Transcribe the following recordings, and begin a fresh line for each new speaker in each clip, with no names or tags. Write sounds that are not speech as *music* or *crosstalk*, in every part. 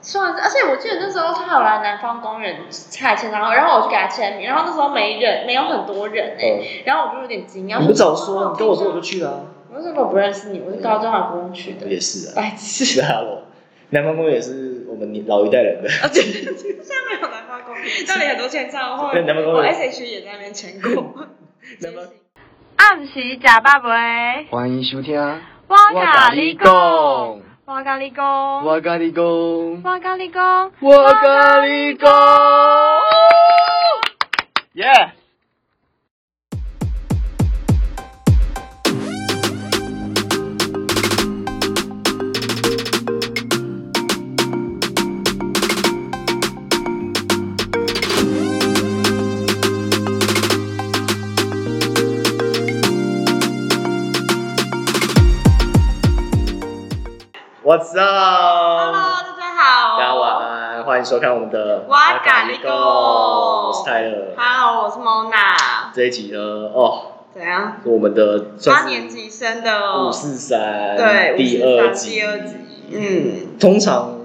算是，而且我记得那时候他有来南方公园拆签，然后然后我就给他签名，然后那时候没人，没有很多人哎、
嗯
然后我就有点惊讶，
你不早说，
我
你跟我说我就去了。
我那时候不认识你，我是高中好不用去的，
也是啊， *laughs*
白痴
是，啊，我南方公园也是我们老一代人的，
而且现在没有南方公园，那里很多签唱会，
对南方公园
我 S H 也在那边签过，
南方
暗时食饱未？
欢迎收听。
我甲你讲，我甲你讲，
我跟你讲，
我甲你讲，
我跟你讲，耶、
What's up？
Hello，大家好，
大家晚安，欢迎收看我们的
哇嘎
喱
哩
狗
狗
我是泰勒。
，Hello，我是 Mona，
这一集呢，哦，
怎样？
是我们的
八
算是
年级生的哦
五四三，
对，
第
53
二
第二集，嗯，
通常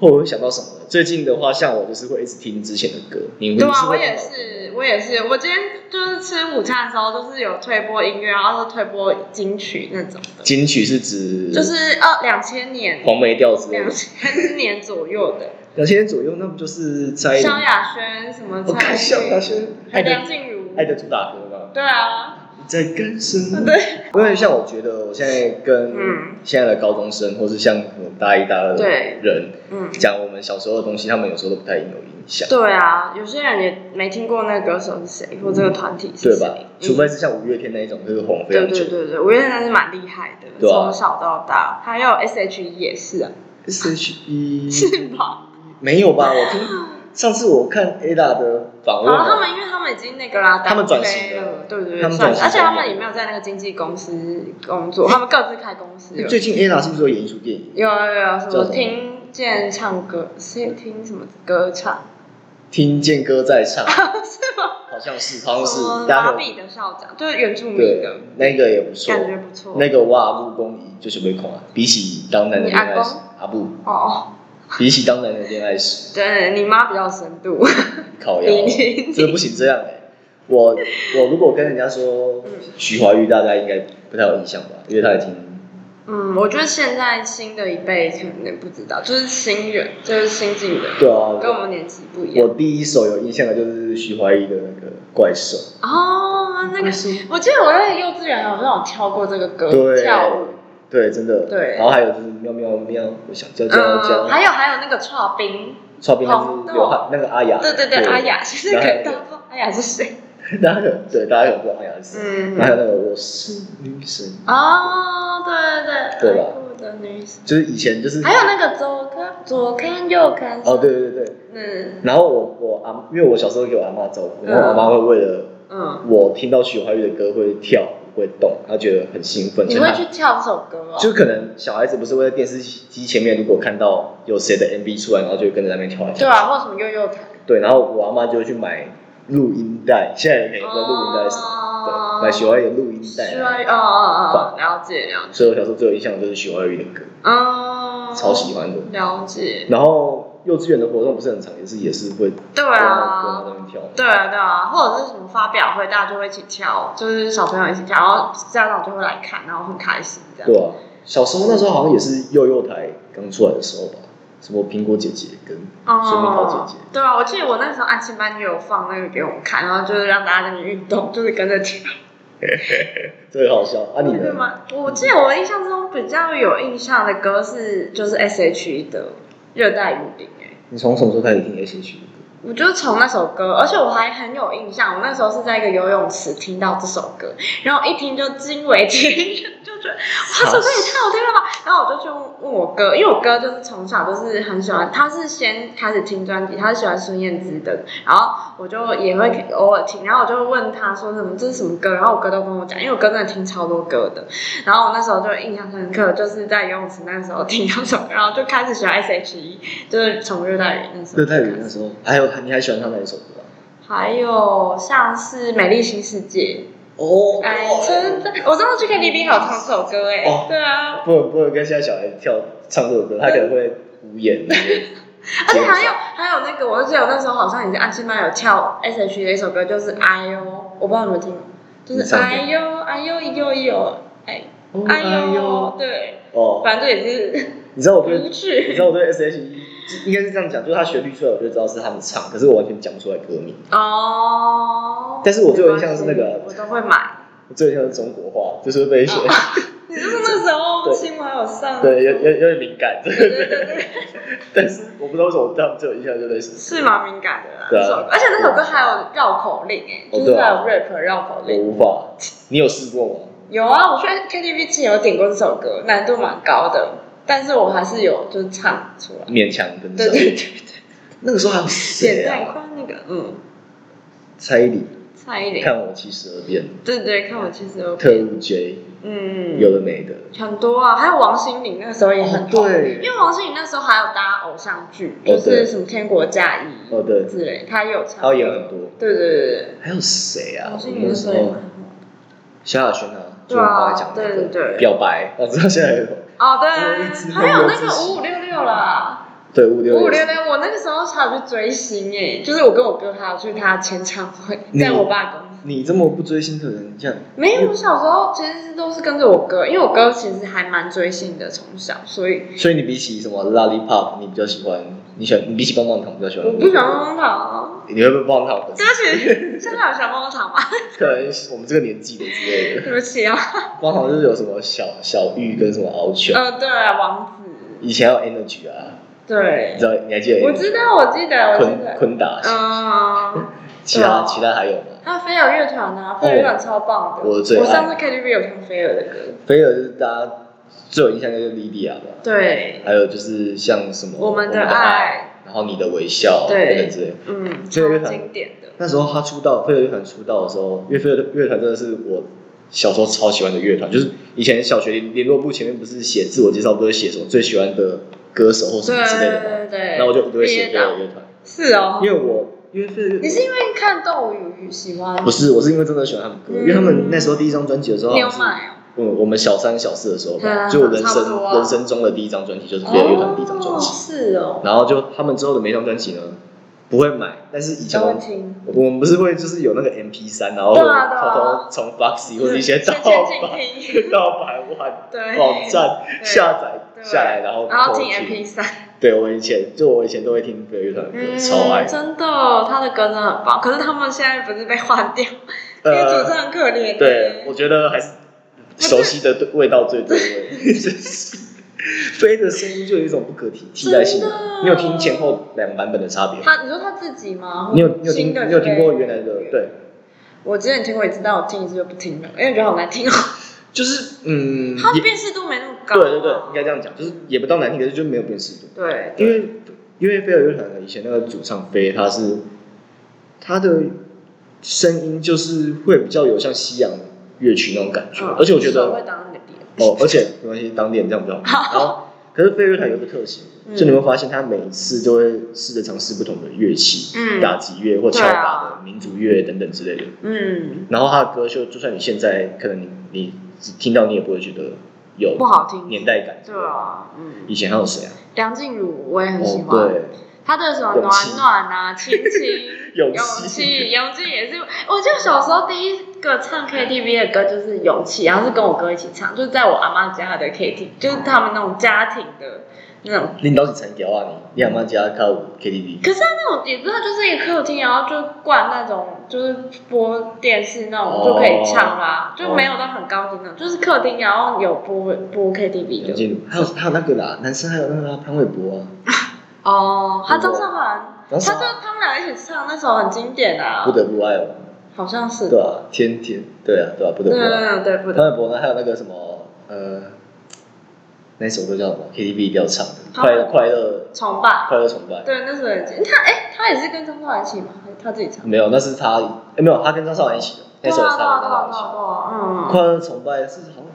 会会想到什么呢？最近的话，像我就是会一直听之前的歌，你
对
你
啊，我
会
也是，我也是，我今天就是吃午餐的时候，就是有推播音乐，然后是推播金曲那种的，
金曲是指
就是二两千年，
黄梅调之类
两
的，
千年左右
*laughs*
的，
两千年左右，那不就是蔡依林
萧？亚轩什么
哎我看
蔡
萧亚轩
依
爱
林，
的
梁静茹，
爱的主打歌嘛。
对啊，
你在干什么？
对，
因为像我觉得我现在跟
嗯
现在的高中生，或是像我们大一、大二的
对
人
嗯，
讲我们小时候的东西，他们有时候都不太有印象，
对啊，有些人也没听过那个歌手是谁，或这个团体是
对
谁，
吧？
嗯
除非是像五月天那一种，就是红非
对
常久
对。对对，我觉得他是蛮厉害的，
对啊嗯
从小到大，还有 S H E 也是啊，
S H E
是吧？
没有
*laughs*
吧？我听上次我看 Ada 的访
然后啊他们
问，
因为他们已经那个啦，
他们转型
单飞了，对对对，
他们
算
转型
是，而且他们也没有在那个经纪公司工作，他们各自开公司了。
最近 Ada 是不是有演一出电影？
有有有什
叫
么
什么
听见唱歌，是听什么歌唱？
听见歌在
*laughs*
唱，
啊是吗？哦
好像是，好像
什么
哦是，
拉
大家
比的校长，就是原住民
对
的，
那个也不错，
感觉不错。
那个哇，不公仪就是被控啊，比起当男的
你
恋
阿
爱
公
史，阿布，
哦，
比起当男的恋爱
*laughs*
史，
对你妈比较有深度， *laughs*
靠
比
腰，啊
你
真的不行这样哎、我我如果跟人家说徐怀钰，大家应该不太有印象吧，因为他已经
嗯，我觉得现在新的一辈可能不知道，就是新人，就是新进的，
对啊，
跟我们年纪不一样。
我第一首有印象的就是徐怀钰的那个怪兽，
哦，那个
是
我记得我在幼稚园有那种跳过这个歌
对
嗯跳舞，
对，真的，
对
然后还有就是喵喵喵，我想叫叫
嗯，
叫，
还有还有那个串冰，
超斌他
红
是
豆
刘汉那个阿雅，
对对对，阿，雅，其实
然后
可
还有
以当做阿雅是谁？
大家可能对大家可能不知道阿雅是谁，然后
嗯，
还有那个我是女神，
哦，对对
对吧
爱哭的女生，
就是以前就是
还有那个左看左看右看，
哦，，对对对，
嗯
然后我我阿，因为我小时候给我阿妈照顾，
嗯
然后我阿妈会为了
嗯，
我听到徐怀钰的歌会跳会动，她觉得很兴奋，
你
所以
会
她
去跳这首歌哦？
就可能小孩子不是会在电视机前面，如果看到有谁的 MV 出来，然后就会跟着在那边跳来跳去。
对啊，或者什么悠悠台，
对，然后我阿妈就会去买录音带，现在也可以在录音带上，
哦
对，买徐怀钰的录音带
徐
来。
怀钰，哦哦哦，了解了解，
所以我小时候最有印象的就是徐怀钰的歌，
嗯，
超喜欢的。
了解，
然后幼稚园的活动不是很长，也是也是会
对
跟
啊
着，跟着跳。
对啊，对啊，或者是什么发表会，大家就会一起跳，就是小朋友一起跳，然后家长就会来看，然后很开心这样。
对啊，小时候那时候好像也是幼幼台刚出来的时候吧，什么苹果姐姐跟水蜜桃姐姐，
哦对啊，我记得我那时候安亲班也有放那个给我们看，然后就是让大家在那边运动，就是跟着跳，
这个好笑啊！你
对
呢？
吗？我记得我印象中比较有印象的歌是就是 S.H.E 的《热带雨林》哎，
你从什么时候开始听 S H 的歌？
我就是从那首歌，而且我还很有印象，我那时候是在一个游泳池听到这首歌，然后一听就惊为天人，就觉得哇，这歌也太好听了吧！然后我就去问我哥，因为我哥就是从小就是很喜欢，他是先开始听专辑，他是喜欢孙燕姿的，然后我就也会偶尔听，然后我就问他说什么这是什么歌，然后我哥都跟我讲，因为我哥真的听超多歌的，然后我那时候就印象深刻，就是在游泳池那时候听到这首歌，然后就开始喜欢 S.H.E，就是从热带雨林那时候
热
就开
带
始。
雨那时候，还有你还喜欢他哪一首歌啊？
还有像是《美丽新世界
哦》，
哎，真的，我上次去 KTV 好唱这首歌哎、
哦
对啊，
不能不能跟现在小孩跳唱这首歌，他可能会无
*laughs*
言。
而且还有还有那个，我记得我那时候好像也是安亲班有跳 S H E 的一首歌，就是哎呦，我不知道你们听过，就
你
是
唱
哎呦哎呦呦呦哎
哦
哎
哎
呦
呦，
对，
哦，
反正就也是
*laughs* 你知道我对，
无
你
趣
知道我对 S H E 应该是这样讲，就是它旋律出来我就知道是他们唱，可是我完全讲不出来歌名。
哦。
但是我最有印象是那个
没关系我都会买。
我最像是中国话，就是被写，
你就是那时候
对
新闻还有上，
*laughs* 对，有有有点敏感，对
对对对对，
*laughs* 但是我不知道为什么对他们最有印象就类似，
是蛮敏感的啦。
对啊
这首歌而且那首歌还有绕口令哎，
哦
就是
对
还有
啊
rap 绕口
我
令。
无法。你有试过吗？
有啊，我去 KTV 之前有点过这首歌，难度蛮高的，但是我还是有就是唱出来。
勉强跟
对
上。
对对，
*laughs* 那个时候还有
简
谁
单
啊？
快那个，嗯，
蔡依林，
蔡依林，
看我七十二变，
对对，看我其实有
特务 J，
嗯，
有的没的。
很多啊，还有王心凌那时候也很红，
哦对
因为王心凌那时候还有搭偶像剧，
哦
就
对
是什么《天国嫁衣》
哦对
之类，她也有唱，
她有演很多
对对对对
还有谁
对，
啊？
王
我
心
们
凌
那
那
时
时候也
候
蛮红，
萧亚轩啊，就
对
我
啊
刚才讲的那
对
个
对对
表白，我知道现在有
哦对，
我一直都
还有那
没有自
个
信
五五六六啦。
对五六
五五六六，我那个时候还有去追星哎，就是我跟我哥还有去他签唱会，
你
在我爸公司。
你这么不追星的人，这样
没有，我小时候其实都是跟着我哥，因为我哥其实还蛮追星的，从小，所以
所以你比起什么 Lollipop，你比较喜欢，你喜欢你比起棒棒糖比较喜欢，
我不喜欢棒棒糖。
你会不会棒棒糖粉丝
对？不起，
*laughs*
现在有小棒棒糖吗？ *laughs*
可能是我们这个年纪的之类的，
对不起啊，
棒棒糖就是有什么小小玉跟什么敖犬，
呃，对，王子，
以前还有 Energy 啊，你
对
知，道你还记得 Energy？
我知道，我记得，我记
昆
得，
昆达，
嗯，
其他
对啊
其他还有吗？
还有飞儿乐团啊，飞儿乐团超棒的，
我的最爱
我上次 KTV 有唱飞儿的歌，
菲尔就是大家最有印象应该就是 Lydia 吧，
对，
还有就是像什么
我们的
爱，
爱，
然后你的微笑等
对
等之类的。
嗯，
飞儿乐
超
团
经典的，
那时候他出道，飞儿乐团出道的时候，因为飞儿乐团真的是我小时候超喜欢的乐团，就是以前小学联络部前面不是写自我介绍，不是写什么最喜欢的歌手或什
对
么之类的吗？
对对，
然后我就一定会
毕
写飞
业
儿
档
乐团，
是哦，
因为我因为飞儿乐
你是因为看《斗鱼》喜欢
不是，我是因为真的喜欢他们歌，
嗯
因为他们那时候第一张专辑的时候
你有
好像是。
买哦？
嗯，我们小三小四的时候吧，
嗯
就我人
差不多
生
啊
人生中的第一张专辑就是飞儿乐团第一张专
哦
辑，
是哦，
然后就他们之后的每一张专辑呢，不会买，但是以前
都
我
会
们
听。
我们不是会就是有那个 MP 三，然后
对啊对啊
偷偷从 Boxy 或者一些盗
先前进
版
听
盗版网
对
网站
对
下载
对啊
下来，然后
然后听
偷
MP 三，嗯
对我以前就我以前都会听飞儿乐团的歌， *laughs* 超爱。
真的，他的歌真的很棒。可是他们现在不是被换掉，因为主持人很可怜。
呃对，我觉得还是熟悉的对味道最对味。 *laughs* 飞的声音就有一种不可替替代性啊
真的
你有听前后两个版本的差别吗？
他，你说他自己吗？
你有你有听
新的
你有听过
歌
原来的对？
我之前听过一次，但我听一次就不听了，因为觉得好难听哦。
就是嗯，
他
也
辨识度没那么高。啊
对对对，应该这样讲，就是也不到难听，可是就没有辨识度。
对
因为因为飞儿乐团的以前那个主唱飞，他是他的声音就是会比较有像西洋乐曲那种感觉，
嗯
而且我觉
手
得
会挡你的脸。
哦，而且没关系，当练这样比较好。然后，可是飞儿乐团有个特性，
嗯
就你会发现他每一次都会试着尝试不同的乐器，
嗯
打击乐或敲
对
打
啊
的民族乐等等之类的。
嗯，
然后他的歌就就算你现在可能你你只听到你也不会觉得有
不好听
年代感。
对啊，嗯，
以前还有谁啊？哦
梁静茹我也很喜欢。
对，
他的什么
勇气
暖暖啊、亲亲、
*laughs* 勇气
气、勇气也是，我记得小时候第一个唱 KTV 的歌就是《勇气》，然后是跟我哥一起唱，就是在我阿妈家的 KTV，就是他们那种家庭的那种。
领导是陈条啊，你你阿妈家靠 KTV，
可是他那种也不知道，就是一个客厅，然后就灌那种就是播电视那种
哦
就可以唱啦，就没有到很高级那种，就是客厅然后有播播 KTV
梁
的。
静茹，还有还有那个啦，男生还有那个啊潘玮柏啊，
哦，他张韶涵，他
张韶
就
涵
他们俩一起唱那首很经典啊
不，得不爱哦，
好像是。
对啊，天天，对啊，对啊，不得不爱。
嗯，对，不得。
潘玮柏呢，还有那个什么呃，那首歌叫什么？KTV 一定要唱的，
好
快乐快乐
崇拜。
快乐崇拜。
对，那时候也记他哎、他也是跟张韶涵一起吗？还是他自己唱？
没有，那是他，哎，没有，他跟张韶涵一起的，那
对啊，对
首也
啊，对
是他
啊，
跟
对
张韶涵一起
啊，
的。
对啊，嗯，
快乐崇拜是好像，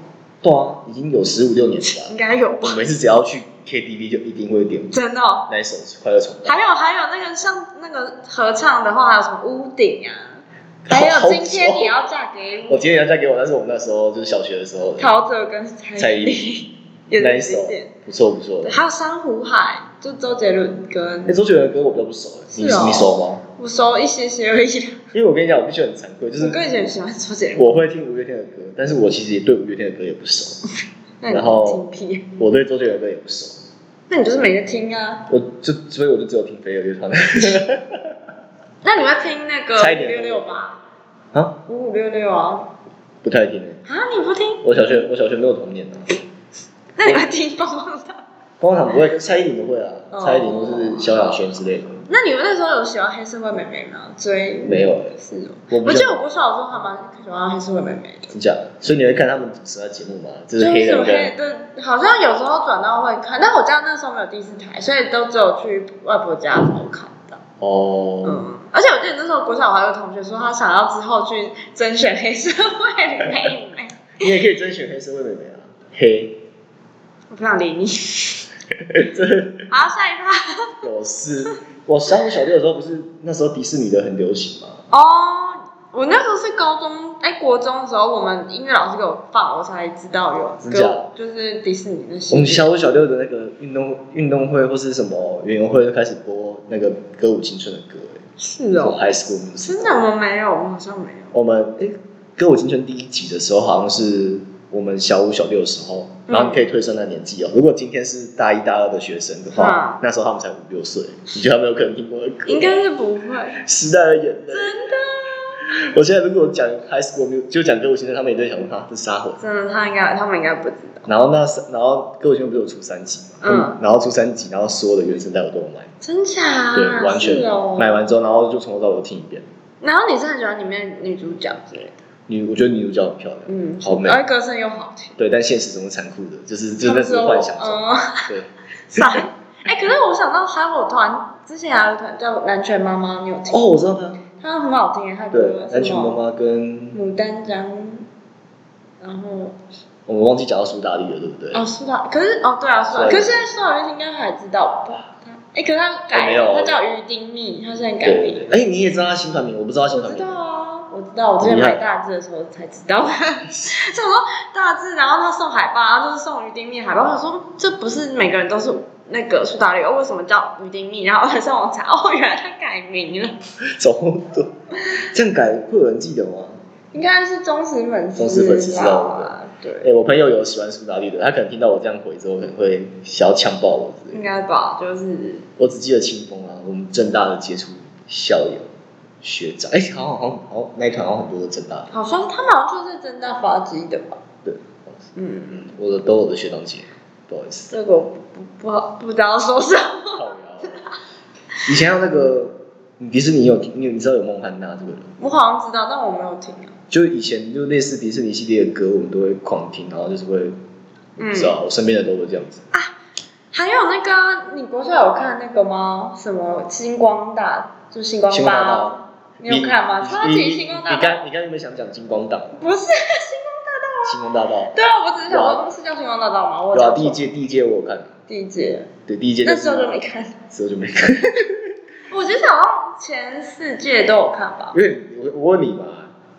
对啊，已经有十五六年了
应
吧。
该有
我
吧？
每次只要去 KTV 就一定会点
真的哦、
那一首《快乐崇拜》，
还有还有那个像那个合唱的话，还有什么屋顶啊？还有
好好
今天你
熟
要嫁给
我
我，
今天要嫁给我，那是我们那时候就是小学的时候的
陶喆跟蔡
蔡依 *laughs*
依林。
林，
也
那一
是
首
经典。
不错不错
对，。还有《珊瑚海》，就周杰伦跟
哎，周杰伦的歌我比较不熟，哎你
是哦
你熟吗？
我熟一些些而已。
因为我跟你讲，我必须很惭愧，就是
我个人很喜欢周杰伦，
我会听五月天的歌，但是我其实也对五月天的歌也不熟，
那你
然后
听屁？
我对周杰伦的歌也不熟，
那你就是没得听啊。
我就所以我就只有听飞儿乐团
那你会听那个
差一
五
点
六六吧？
*laughs* 啊，
五五六六啊
不太听哎。
啊！你不听？
我小学我小学没有童年啊的，
那你会听棒
*laughs*
棒糖？
棒棒糖不会，蔡依林的会啊，
哦
蔡依林或是萧亚轩之类的，
那你们那时候有喜欢黑社会妹妹吗？追
没有哎。
是哦。
我不
我记
知
得
道
我国小的时候还蛮喜欢黑社会妹妹的，
真假的，所以你会看他们主持的节目吗？就是黑
什
人
么黑
跟
对，好像有时候转到会看，但我家那时候没有第四台，所以都只有去外婆家才会看到。
哦，
嗯，而且我记得那时候国小我还有个同学说，他想要之后去甄选黑社会妹妹。
你也可以甄选黑社会妹妹啊，黑，
*laughs* 我不想理你。
这
好，下一趴。
有事。 *laughs* 我小五小六的时候不是那时候迪士尼的很流行吗？
哦，我那时候是高中，哎、国中的时候，我们音乐老师给我放，我才知道有
真假
歌
的，
就是迪士尼那
我
些。
们小五小六的那个运动运动会或是什么园游会就开始播那个歌舞青春的歌、
是
欸、
哦，
，High School
真
Music。
的我们没有，我们好像没有。
我们诶、歌舞青春第一集的时候好像是我们小五小六的时候，
嗯
然后你可以推算那年纪哦、如果今天是大一大二的学生的话
嗯，
那时候他们才五六岁，你觉得他们有可能听过的歌？
应该是不会，
时代的眼泪。
真的，
我现在如果讲 High School Music，就讲歌舞青春，他们也在想说啊，这是啥火？
真的，他应该他们应该不知道，
然后那三然后歌舞青春不是有出三集嘛？
嗯，
然后出三集，然后所有的原声带我都有买，
真假、啊？
对，完全
是哦。
买完之后，然后就从头到尾都听一遍。
然后你是很喜欢里面女主角之类的，
女，我觉得女主角很漂亮，
嗯，
好美
然，后歌声又好听，
对，但现实中是残酷的，就是就是那只是幻想中，
嗯，
对，
*laughs* 傻。哎、可是我想到还有团，之前还有团叫南拳妈妈，你有听？
哦，我知道她，
它很好听，它
对
歌，
安全妈
什么
妈跟
牡丹江，然后
我们忘记讲到苏打绿了，对不对？
哦苏打，可是哦对啊苏打，
对
可是现在苏打绿应该还知道吧？哎、可是他改
哦没有
了，他叫于丁蜜，他现在改名
对，。哎，你也知道她新团名，我不知道她新
我
团
知
名
道，
*laughs*
啊，我知道，我之前买大字的时候才知 *laughs* 道。想说大字，然后他送海报，然后就是送于丁蜜海报。我想说，这不是每个人都是那个苏打绿，哦，为什么叫于丁蜜？然后我上网查，哦，原来他改名了，
走对，这样改会有人记得吗？
应该是忠实粉丝。
忠实粉丝知道
吧？
哎、
对，
我朋友有喜欢苏打绿的，他可能听到我这样回之后，可能会想要强暴我之类
应
的。
该吧，就是
我只记得清风啊，我们正大的杰出校友学长，哎、好好好好，那一团好像很多都正大的，
好像他们好像就是正大发迹的吧？
对，
嗯，
嗯，我的都我的学长姐，不好意思，
这个我不不好不知道说什么。
靠腰以前还有那个迪士尼有你你知道有孟汉娜这个人吗，
我好像知道，但我没有听啊。
就以前就类似迪士尼系列的歌，我们都会狂听，然后就是会，
嗯
不知道我身边的都会这样子，
还有那个啊，你国校有看那个吗？什么星光大，就星光
星光大
八
道，
你有看吗？超
你
级
你
星光
你
大道，
刚你刚有没有想讲金光党？
不是星光大道。
星光大道。
对啊，我只是想说，是叫星光大道吗？我
对啊，
讲
第一
错
届第一届我有看，
第一届，
对第一届
那
是
时候就没，看。
之后就没看， *laughs*
我只想到前四届都有看吧，
因为我我问你嘛，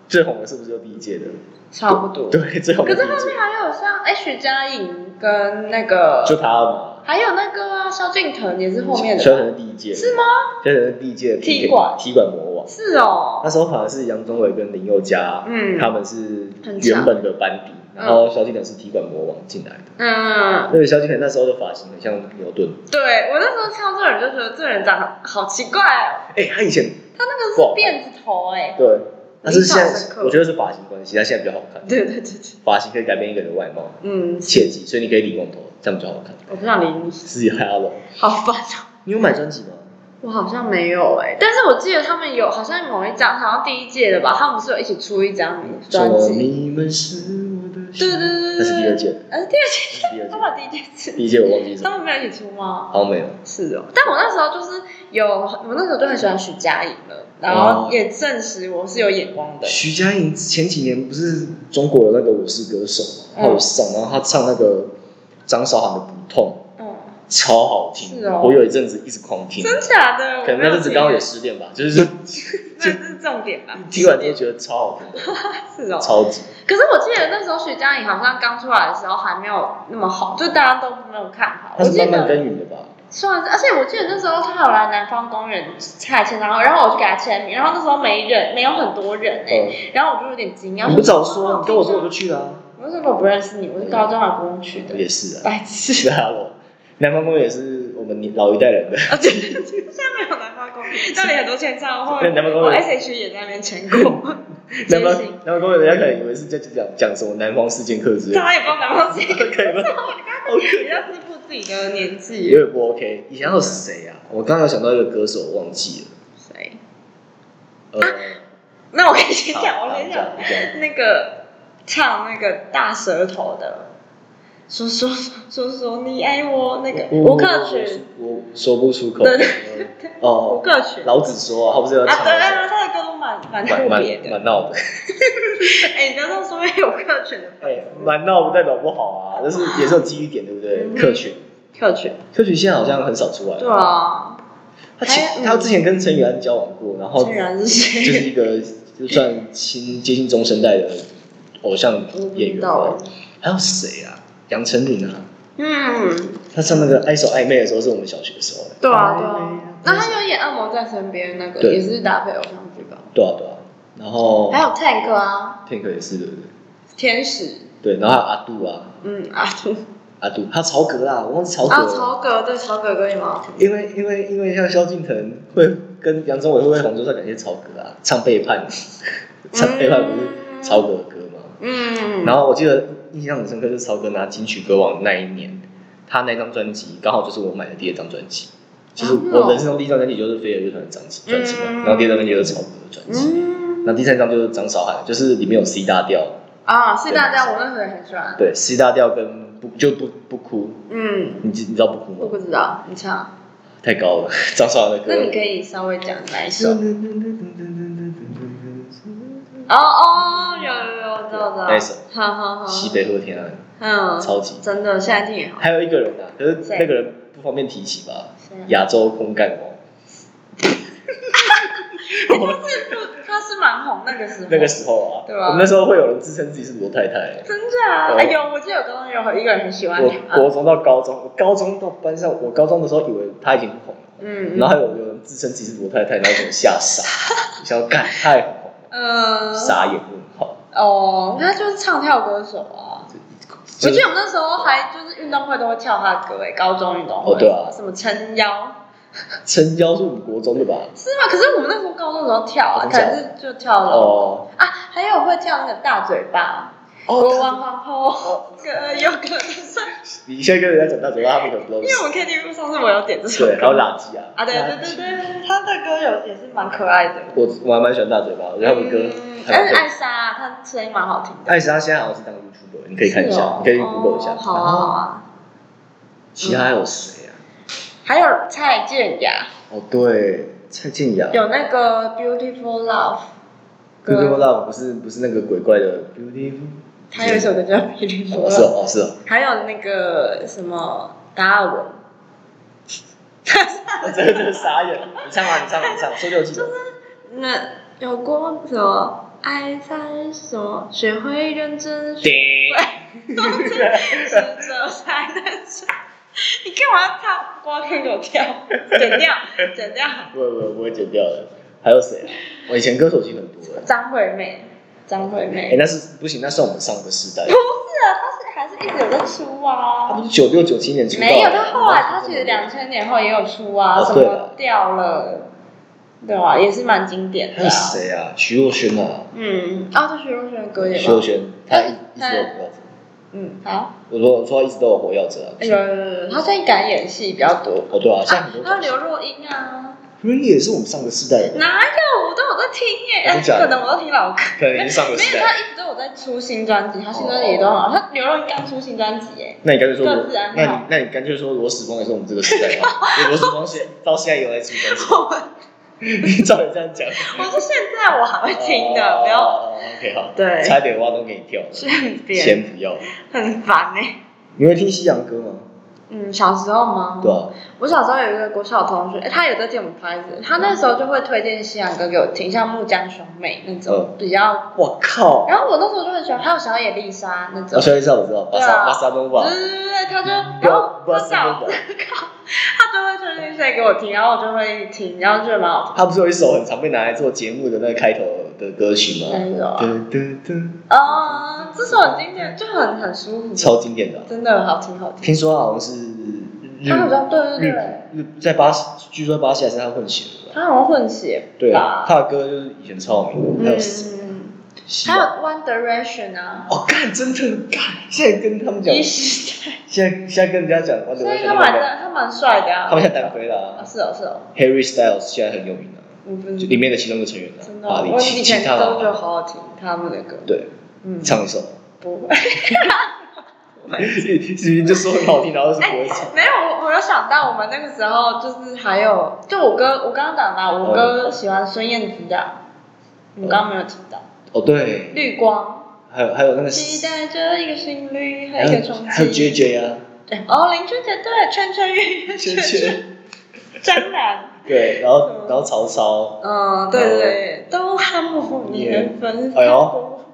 最红的是不是就第一届的？
差不多。
对，最红
可
的
是
第一
后面
届，
还有像哎徐佳莹跟那个，
就他嘛，
还有那个啊萧敬腾也是后面
萧
的吧，
腾是第一届，
是吗？
萧腾是第一届的
踢馆
踢馆魔王，
是哦
那，时候反而是杨宗纬跟林宥嘉，
嗯
他们是
很嗯强
原本的班底，然后萧敬腾是踢馆魔王进来的，
嗯，
因为萧敬腾那时候的发型很像牛顿，
对我那时候看到这个人就觉得这个人长得好奇怪哦。
哎，他以前
他那个是辫子头哎、
对，但是现
印象深
在
刻
我觉得是发型关系，他现在比较好看，
对对对对，
发型可以改变一个人的外貌，
嗯，
切记，所以你可以理光头，这样比较好看。
我不想理你，
自己嗨了。
好烦哦。
你有买专辑吗？
我好像没有哎、但是我记得他们有，好像某一张，好像第一届的吧，他们是有一起出一张专
说
辑。
你们是我的
对对
心。
对对对，
那是第二届，
呃，第二
那是第
届，
二
他把
届。
第一届是，
第一届我忘记是什
他
么，
们没有一起出吗？
好像没有。
是哦，但我那时候就是有，我那时候就很喜欢许佳莹了，然后也证实我是有眼光的。
徐佳莹前几年不是中国的那个《我是歌手》嘛，
嗯
她有上，然后她唱那个张韶涵的《不痛
嗯，》，
超好听，
是哦
我有一阵子一直狂听，
真假的？
可能那阵子刚好也失恋吧，
*laughs*
就是
那是重点吧？
听完你也觉得超好听
*laughs*
的，
是哦。
超级。
可是我记得那时候徐佳莹好像刚出来的时候还没有那么好，就大家都没有看好。我
它是
记
慢慢
得
耕耘的吧？
算是，而且我记得那时候他有来南方公园蔡签，然后然后我去给他签名，然后那时候没人，没有很多人哎、
嗯，
然后我就有点惊讶。
你不早说，
哇
你跟我说我就去了啊。
我是我不认识你，我是高中还不用去的，
也是
*laughs*
*laughs* 啊，
白痴。
是啊，我南方公园也是我们年老一代人的，
啊，对，现在没有南方公园，那里很多签唱会， *laughs*
对南方公园
我 S H 也在那边签 *laughs* 过，
南
真
方
心，
南方公园人家可能以为是在讲讲什么南方四剑客之类的，
大家也啊不知道南方谁， *laughs*
可以吗？ *laughs* 好可
比较支付自己的年纪
有，点不 OK。以前还有谁啊？我刚刚有想到一个歌手，我忘记
谁？
了。呃，
啊那我可以先
好
讲，我
好
先
你
讲
讲，你讲。
那个唱那个大舌头的，说说说说你爱我那个吴克群，，
我说不出口。
对吴
哦，
克群。
老子说啊，他不是要
啊，
唱
对对对，他的歌都蛮蛮
蛮
特
蛮
别的。
蛮闹的，
哎，你不要这么说，有克群的粉
哎
丝，
蛮闹不代表不好啊，但是也是有记忆点，对不对？
嗯
客群，
克群，
客群现在好像很少出来。
对啊，
他前
还
他之前跟陈宇安交往过，然后
竟然是
就
谁？
是一个就算亲接近中生代的偶像
我不
演
知
员
道
吧。还有谁啊？杨丞琳啊，
嗯，
他唱那个《爱手暧昧》的时候是我们小学的时候。
对啊对啊。那他有演《恶魔在身边》那个，
对
也是搭配偶像剧吧？
对啊对啊，然后
还有 Tank 啊，
Tank 也是对不对？
天使，
对，然后还有阿杜啊，
嗯啊对
阿杜，他曹格啦，我忘记曹格
啊，
了。
曹格对曹格歌也蛮好听的。
因为因为因为像萧敬腾会跟杨宗纬会不会红，就是要感谢曹格啊，唱《背叛》，唱《背叛》不是曹格的歌吗？
嗯，
然后我记得印象很深刻，就是曹格拿金曲歌王那一年，他那张专辑刚好就是我买的第二张专辑，就是我人生中第一张专辑就是飞儿乐团的专辑专辑嘛，
哦嗯
然后第二张专辑就是曹格的专辑，
嗯
然后第三张就是张韶涵，就是里面有 C 大调，
啊，是大家我那时候也很喜欢。
对 C 大调跟不就不不哭，
嗯，
你知你知道不哭
我
吗？
不知道，你唱，
太高了，张韶涵的歌。
那
啊
你可以稍微讲哪一首？
嗯
哦哦，有有有，我知道我知道。
那一首
好好好。
西北和天安，
嗯，
超级。
真的，现在听也好。
还有一个人啊，可是
谁
那个人不方便提起吧？
谁啊
亚洲空干王，
*laughs* 他是蛮红那个时候。
那个时候啊，
对啊
我们那时候会有人自称自己是罗太太。
真假？
对
哎呦，我记得有刚刚有一个人很喜欢
我
啊你嘛。
国中到高中，我高中到班上，我高中的时候以为他已经红了，
嗯，
然后有有人自称自己是罗太太，然后给我吓
*laughs*
傻，想要干太红了，
嗯，
傻眼问号。
哦，他就是唱跳歌手啊。我
就
记
是
得我们那时候还就是运动会都会跳他的歌哎，高中运动会。
哦对啊
什么撑腰。
撑腰是我们国中的吧？
是吗？可是我们那时候高中的时候跳啊，
哦
可
真假的
能是就跳了、
哦
啊，还有会跳那个大嘴巴，国王皇后，各有各的帅。
哦你现在跟人家讲大嘴巴，他们可能不知道
因为我们 KTV 上次我有点这首
对，还有
歌
垃圾
哦
啊。
啊，对对对对，他的歌有也是蛮可爱的。
我我还蛮喜欢大嘴巴，我觉得他们歌
嗯，
还
但
蛮
是
对。
艾莎她声音蛮好听的，
艾莎现在好像是当 YouTube，你可以看一
是
下
哦，
你可以 Google 一下。
哦好啊好啊，
其他还有谁啊？
还有蔡健雅，
哦，对，蔡健雅。
有那个 Beautiful Love，歌
Beautiful Love 不是不是那个鬼怪的 Beautiful，
她有一首歌叫 Beautiful
哦是
Love，
哦哦是哦， *laughs*
还有那个什么达尔文。
我真的真的傻眼。你唱啊吧，你唱吧，你唱，说六句。
那 *laughs* 有过什么爱在什么？学会认真学会试着才能唱。 *laughs* 你干嘛唱？光听给我跳，剪掉，剪掉。
不会不会不会剪掉的。还有谁啊？我以前歌手其实很多哎。
张惠妹，张惠
哎，
妹，
那是不行，那是我们上个时 *laughs* 代
不。是啊，她是还是一直有在出
他
啊
不。是九六九七年出道的。
没有，她后来她其实两千年后也有出啊，
哦
什
对
么
了
掉了，对啊，也是蛮经典的、
还
啊
有。谁啊？徐若瑄啊，
嗯，啊，对徐若瑄的歌也
徐若
蛮，
瑄，她一一直都有活。
嗯，好。
我说我说她一直都有活要者啊。
哎有有有有，他最近改演戏比较多。
哦对啊，像很多
还有刘若英啊，
瑞也是我们上个世代的，
哪有？我都有在听耶、
哦
哎
真假的
可能我都听老歌。
可能已经上个
没
世
有，他
代。
一直都有在出新专辑，他新专辑也都
哦
好。他刘若英刚出新专辑耶，
那你干脆说
各
罗
自安，排
那你那你干脆说罗时光也是我们这个时 *laughs* 代吧？啊因为罗时光现到现在也有在出专辑 *laughs*
我
照你这样
*laughs*
讲，
我是现在我还会听的，
哦
不要
哦哦 OK 好，
对
差点挖洞给你跳了，
顺便，
先不要。
很烦哎、
你会听西洋歌吗？
嗯，小时候吗？
对啊吧、
我小时候有一个国小同学，诶哎他有在听我们 p o 他那时候就会推荐西洋歌给我听，像木江兄妹那
嗯
种比较。
我靠！
然后我那时候就很喜欢，还有小野丽莎那
我
种。
相信这我知道，巴
对
萨
啊
巴萨诺
对
瓦，
对对对，他就
不
然后
要不
我
要萨
小
诺瓦，
*laughs* 他就会推荐这些给我听，然后我就会听，然后就觉得蛮好
他不是有一首很常被拿来做节目的那个开头的歌曲
听
吗？
那种啊。
噔噔噔，
啊，这首很经典，就很很舒服，
超经典的啊。
真的好听好听。
听说好像是日
他好像对对
日
对，
日在巴西，据说巴西还是他混血的吧。
他好像混血
对啊
吧，？
他的歌就是以前超有名的，还有西
嗯，
西
还
洋
有 One Direction 啊，
哦，干，真的干！现在跟他们讲
一，时代，
现在现在跟人家讲，完全
所以
没
他
想
蛮
到
他蛮帅的啊。
他们现在单飞了
啊
啊
是哦是哦，
，Harry Styles 现在很有名啊的，
嗯嗯
就里面的其中一个成员
真
啊，
的
巴
哦，
黎
我
其
以
其
前
他
都觉得
的啊
好好听他们的歌，
对，
嗯，
唱一首， *laughs*
不会。
明明就说很好听，
*laughs*
然后是不会唱，
哎没有，我我有想到我们那个时候就是还有，就我哥，我刚刚讲到，我哥喜欢孙燕姿的，你刚刚没有提到
*laughs* 哦对，
绿光，
还有还有那个
期待着一个心率，还
还
有一
有
个冲
还有
击。
JJ 啊，
对，哦，林俊杰对，圈圈月月圈圈，张兰，
*laughs* 对，然后然后曹操
嗯，对对对，都和我年分。
哦哎呦，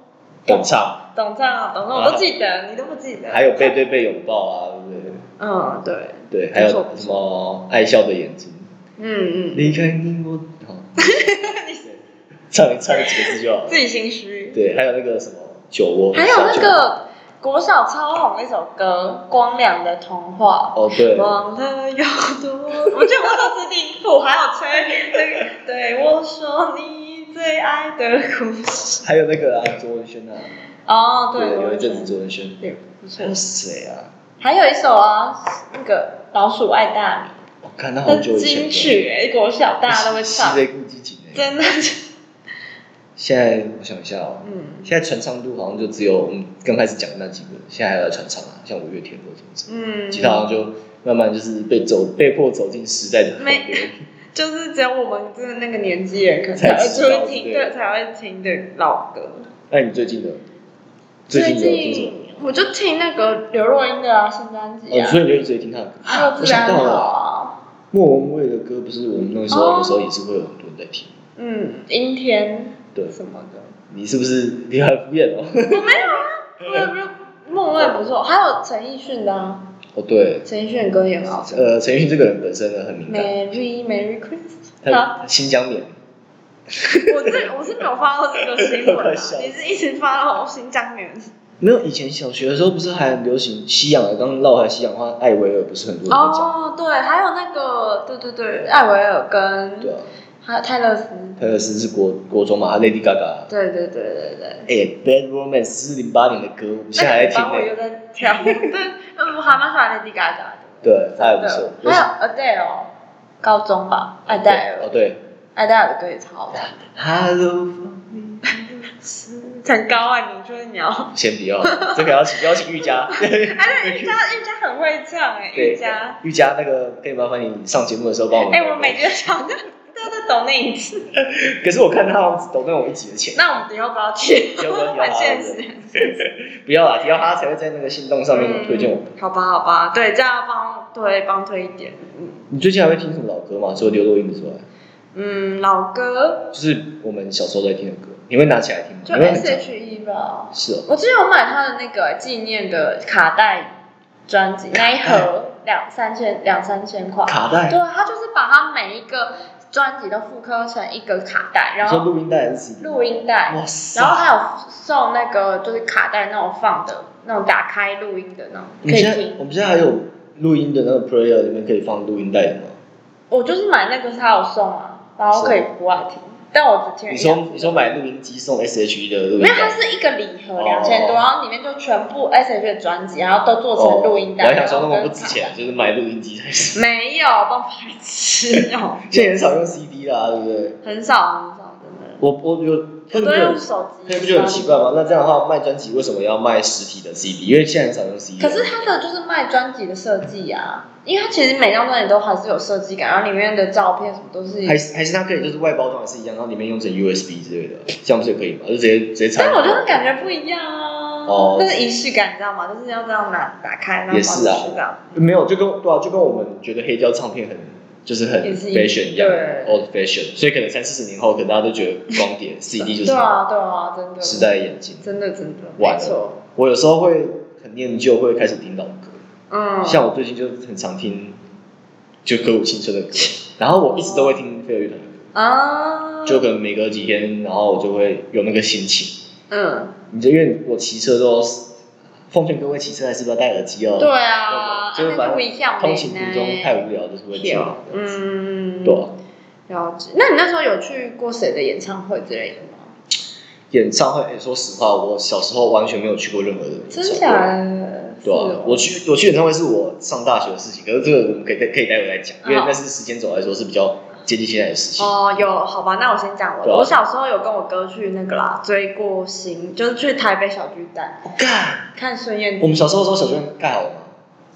懂唱，
懂唱懂唱，我都记得，你都不记得。
还有背对背拥抱啊，对不对？
嗯，对，
对，还有什么爱笑的眼睛，
嗯嗯，
离开你我，好，
*laughs*
唱唱几个字就好了
自。己心虚。
对，还有那个什么酒窝，
还有
下
那
酒
个国小超红的一首歌《光良的童话》。
哦，对，
忘了有多，我就我都只听谱，还有吹那个，对我说你最爱的故事。
还有那个啊，卓文萱啊，
哦，对，
有一阵子卓文萱，
对，不错
还有谁啊？
还有一首啊，那个《老鼠爱大米
我看他》，
那
很久
是
以前
金曲哎、国小大家都会唱 *laughs*
西，北顾激情哎。
真的就，
现在我想一下哦，
嗯
现在传唱度好像就只有我们刚开始讲的那几个，现在还有传唱啊，像五月天或者什么什么，
嗯，
其他好像就慢慢就是被走被迫走进时代的河
没
流。
就是只有我们真的那个年纪人可能
才
才会
知道
出去听，
对
对，才会听的老歌。
那你最近的近有听什么？
我就听那个刘若英的啊，新专辑
哦，
啊，
所以你就一直听他的歌。
还有
我
自
想
然
到
好
了，
啊，
莫文蔚的歌不是我们那时
哦
候有时候也是会有很多人在听。
嗯，阴天
对，
什么的，
你是不是你还敷衍
*laughs*
哦？
我没有啊，我也不是梦蔚不错，还有陈奕迅的啊，
哦，对，
陈奕迅的歌也很好听。
呃，陈奕迅这个人本身呢很敏感，
Merry Merry Christmas，好，
他新疆棉，
我这我是没有发到这个新闻啊
*laughs* 我笑，死
你是一直发到新疆棉
没有以前小学的时候不是还很流行西洋的，刚刚绕回来西洋的话，艾薇儿不是很多人在讲，
哦，对，还有那个对对对，艾维尔
对
跟
啊，
还有泰勒斯，
泰勒斯是国国中嘛，他 Lady Gaga，
对对对对对。
哎、b a d Romance 是零八年的歌，我们现在还在听
那个礼拜我又
呢，
在跳舞，对，嗯，我还蛮喜欢 Lady Gaga 的。
对，他还不错，
对，还有 Adele，高中吧，艾黛
哦
尔，
对
艾黛尔的歌也超好听，
，Hello，
*laughs* 很高啊，你就是鸟。
*laughs*
哎，
先不要，这个要请邀请瑜
*laughs*
伽，
对，哎瑜伽瑜伽很会唱哎，
对
瑜伽，，
瑜伽那个可以麻烦你上节目的时候帮我们，
哎，我每天想就都在抖那一次，
可是我看他好像只懂那种一集的钱。
那我们以后不要去
要不要，
很现实。
不要啦，提到他才会在那个行动上面推荐我。
嗯好吧，好吧，对，这样帮推帮推一点，嗯
你最近还会听什么老歌吗？除了刘若英之外，
嗯，老歌
就是我们小时候在听的歌，你会拿起来听吗？
就
你会很
S
常
H E 吧，
是哦，
我之前有买他的那个纪念的卡带专辑，那一盒两三千两三千块。
哎卡带，
对，他就是把他每一个专辑都复刻成一个卡带，
你
然
说
后
录音带还是 CD？
录音带，
哇塞！
然后还有送那个就是卡带那种放的那种打开录音的那种
我
可
们
以
现在我
听。
们现在还有录音的那个 player 里面可以放录音带的吗？
我就是买那个他有送啊，然后可以国外听，但我只听了
你
一两
说
次
你说买录音机送 SHE 的录音
没有，它
带，
是一个礼盒
哦哦
两千多，然后里面就全部 S H 的专辑，然后都做成录音带。
我还想说那
然
么
后
不
跟
值
卡带
钱，就是买录音机才是。
没有，帮白痴
*laughs*
哦，
现在很少用 CD 啦，对不对？
很少很少，真
我我有，他
的，我都
们就
用手机。
那不就很奇怪吗？？那这样的话，卖专辑为什么要卖实体的 CD？因为现在很少用 CD。
可是它的就是卖专辑的设计啊，因为它其实每张专辑都还是有设计感，然后里面的照片什么都是。
还是还是它可以就是外包装还是一样，然后里面用成 USB 之类的，这样不是也可以吗？就直接直接插。
但我就是感觉不一样啊。
哦
那是仪式感，你知道吗？就是要这样拿打开，然后
也是啊
放进去这样。
没有，就跟对啊，就跟我们觉得黑胶唱片很就是很
也是
fashion 一样
对
，old fashion，所以可能三四十年后，可能大家都觉得光碟 CD 就是
对啊，对啊，真的。
时代眼镜。
真的真的，
晚
没
了
错。
我有时候会很念旧，会开始听老歌，
嗯，
像我最近就很常听就歌舞青春的歌，然后我一直都会听飞儿乐团的歌，
啊，
就可能每隔几天，然后我就会有那个心情。
嗯，
你就因为我骑车都，奉劝各位骑车还是不要戴耳机哦。
对啊，
就是
啊那
反
就
正
不一样啊
通勤途中太
无
无聊，就是会听老歌。
嗯，
对啊，
了解。那你那时候有去过谁的演唱会之类的吗？
演唱会、哎说实话，我小时候完全没有去过任何的演唱
真
会。
假的？
对
是
啊
哦，
我去我去演唱会是我上大学的事情，可是这个我们可以可以待会来讲，因为那是时间轴来说是比较接近现在的事情。
嗯哦，有好吧，那我先讲我的。
对啊
我小时候有跟我哥去那个啦，追过星，就是去台北小巨蛋
干，
看孙燕
我
姿，
们小时候的时候小学盖好了吗？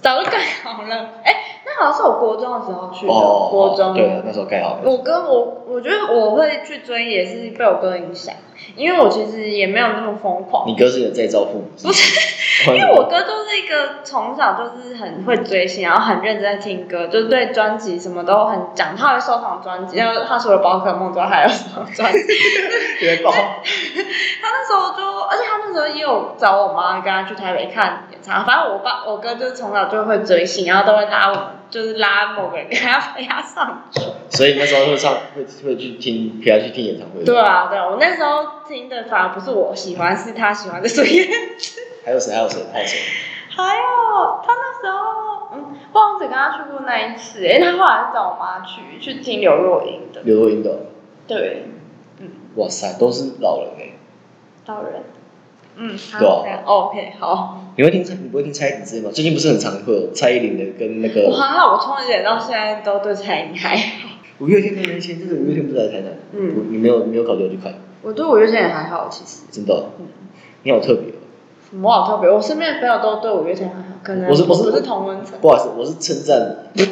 早就盖好了。哎、那好像是我国中的时候去的，嗯
哦，
国中
对，那时候盖好了。
我跟我，我觉得我会去追也是被我哥影响，因为我其实也没有那么疯狂，
你哥是有哦在照父母？不是，
因为我哥就是一个从小就是很会追星，然后很认真在听歌，就是对专辑什么都很讲，他会收藏专辑，然后他除了宝可梦之外还有什么专辑？ *laughs*
别爆，
他那时候就，而且他那时候也有找我妈跟他去台北看演唱会，反正我爸我哥就是从小就会追星，然后都会拉我，就是拉某个人跟他 *laughs* 陪他上
所以那时候会上会会去听陪他去听演唱会。
对，啊，对啊，我那时候听的反而不是我喜欢，是他喜欢的孙燕姿。
还有谁？还有谁？还有谁？
还有他那时候，嗯，我好像只跟他去过那一次，因为他后来是找我妈去去听刘若英的。
刘若英的，
对，嗯
哇塞，都是老人哎。
到人。嗯，好
对啊
这样哦 OK，好。
你会听蔡？你不会听蔡依林之类吗？最近不是很常会有蔡依林的跟那
我
个
还好，我从以前到现在都对蔡依林还好。
五月天的人前，这个五月天不是来台南？
嗯，
你没有你没有考虑要去看？
我对五月天也还好，其实。
真的哦，你好特别哦。
我好特别，我身边的朋友都对五月天还好，可能
我是我是
不是同温
*laughs*
层
不好意思，我是称赞你，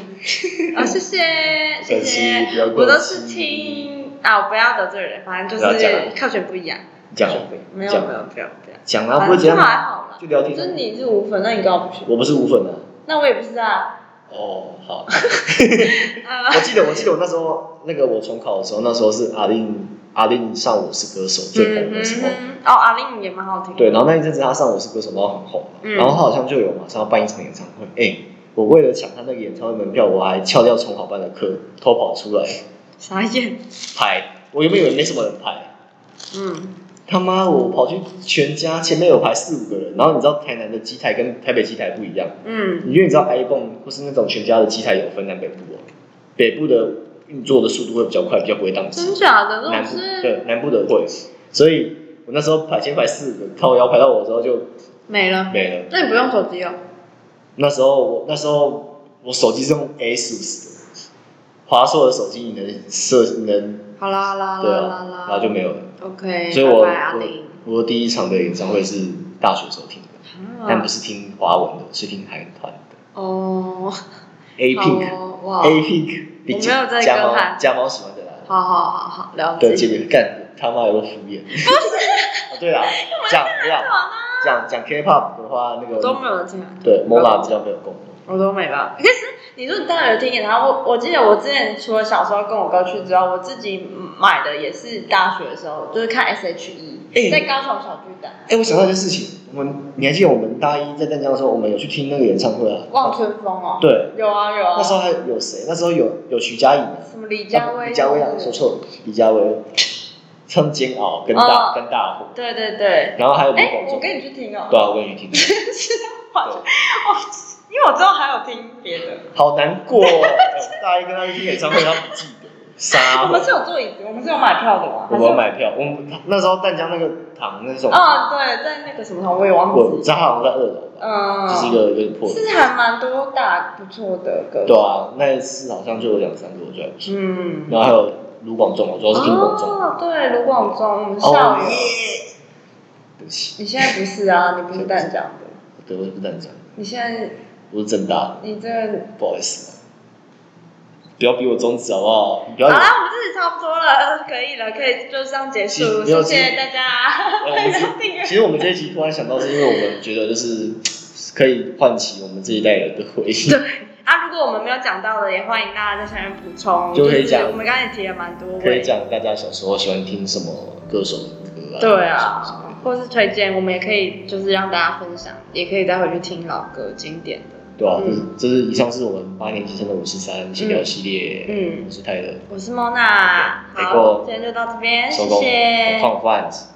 啊，谢谢谢
粉丝不要
谢，
过
我都是
激
听啊，我不要得罪人，反正就
不
是
要讲
客群不一样，
讲
没有
讲
没有不要不要，
讲啊，
反
不会
正就
怎样，
还好啦，
就聊
就
天。
是你是无粉，那你跟我不去，
我不是无粉啊。
那我也不是啊，
哦，好，
啊
我记得我记得我那时候那个我重考的时候，那时候是阿令阿令上《我是歌手》最红的时候，
嗯 *laughs* 哼哦，阿令也蛮好听，
对，然后那一阵子他上《我是歌手》然后很红，
嗯
然后他好像就有马上要办一场演唱会，哎、我为了抢他那个演唱会门票，我还翘掉重考班的课，偷跑出来
傻眼，
排，我原本以为没什么人排，
嗯，
他妈，我跑去全家前面有排四五个人，然后你知道台南的机台跟台北机台不一样，
嗯，
因为你知道 iPhone 或是那种全家的机台有分南北部哦，北部的运作的速度会比较快，比较不会宕
真
机，
假的，那
南
种
部
是
对南部的会，所以我那时候排先排四个，靠腰排到我的时候就
没了，
没了。
那你不用手机哦，
那时候我那时候我手机是用 ASUS 的，华硕的手机你能设你能
好啦好啦好
对
啦
啊
好，啦，
然后就没有了。
OK，
所以我
拜拜阿
我
令，
我第一场的演唱会是大学时候听的。但不
啊
是听华文的，是听韩团的。
哦，
A
好
Pink，A
哦哇。
Pink 比
我没有在
家
跟
猫
韩
家猫喜欢的啦。
好好好好，了解。
对，结果干他妈有个敷衍。不是， *laughs* 哦
*laughs*
对啦，讲讲讲讲 K-pop 的话，那
都
个
没有听，啊
对 MONA 比较没有共鸣。
我都没办法。可是你说你当然有听演唱会，我我记得我之前除了小时候跟我哥去之外，我自己买的也是大学的时候，就是看 S.H.E，、
哎
在高雄小巨蛋，
哎，我想到一件事情，我们你还记得我们大一在淡江的时候，我们有去听那个演唱会啊？
望春风哦。，
对，
有啊有啊。
那时候还有谁？那时候有有徐佳莹，
什么李佳薇？
啊李佳薇啊，说。错了，李佳薇唱《煎熬》跟大
哦
跟大火，
对对对。
然后还有卢
哎、
广
我
仲。
跟你去听哦、 *laughs*
对啊，我跟你听。
完全我因为我之后还有听别的。
好难过、哦，哎大一跟他去听演唱会，他不记得，
我 *laughs*
傻
们
了。
是有坐椅子，我们是有买票的吗？
啊我们买票，我们那时候淡江那个堂那种，
啊、对，在那个什么堂我也忘
我
记。
知道好像在二楼吧，
嗯。
就是一个有点破的。
是还蛮多打不错的歌
对啊，那一次好像就有两三个，我觉得还不错。
嗯，
然后还有卢广仲，我主要是听广仲。
哦，对，卢广仲，我们校
哦
友。
耶！对不起，
你现在不是啊，你不是淡江的，
对，我是淡江，
你现在
我是正大的，
你这个。
不好意思啊。不要逼我终止好不好？你不要
好啦，我们这是差不多了，可以了，可以就这样结束，
其没
谢
有
谢
其
大家，
我们
欢
是
迎订阅
其。实我们这一集突然想到，是因为我们觉得就是可以唤起我们这一代人的回忆。
*laughs* 啊，如果我们没有讲到的，也欢迎大家在下面补充，
就可以
是
讲
我们刚才也提了蛮多
可以
位，
讲大家小时候喜欢听什么歌手的歌啊？
对啊，或是推荐，我们也可以就是让大家分享，也可以再回去听老歌经典的。
对啊，就是
嗯
这是以上是我们八年级生的五十三闲聊系列，
嗯
我是泰勒，
我是莫娜，
对
好，
结果
今天就到这边，谢
收工，
谢。
放饭。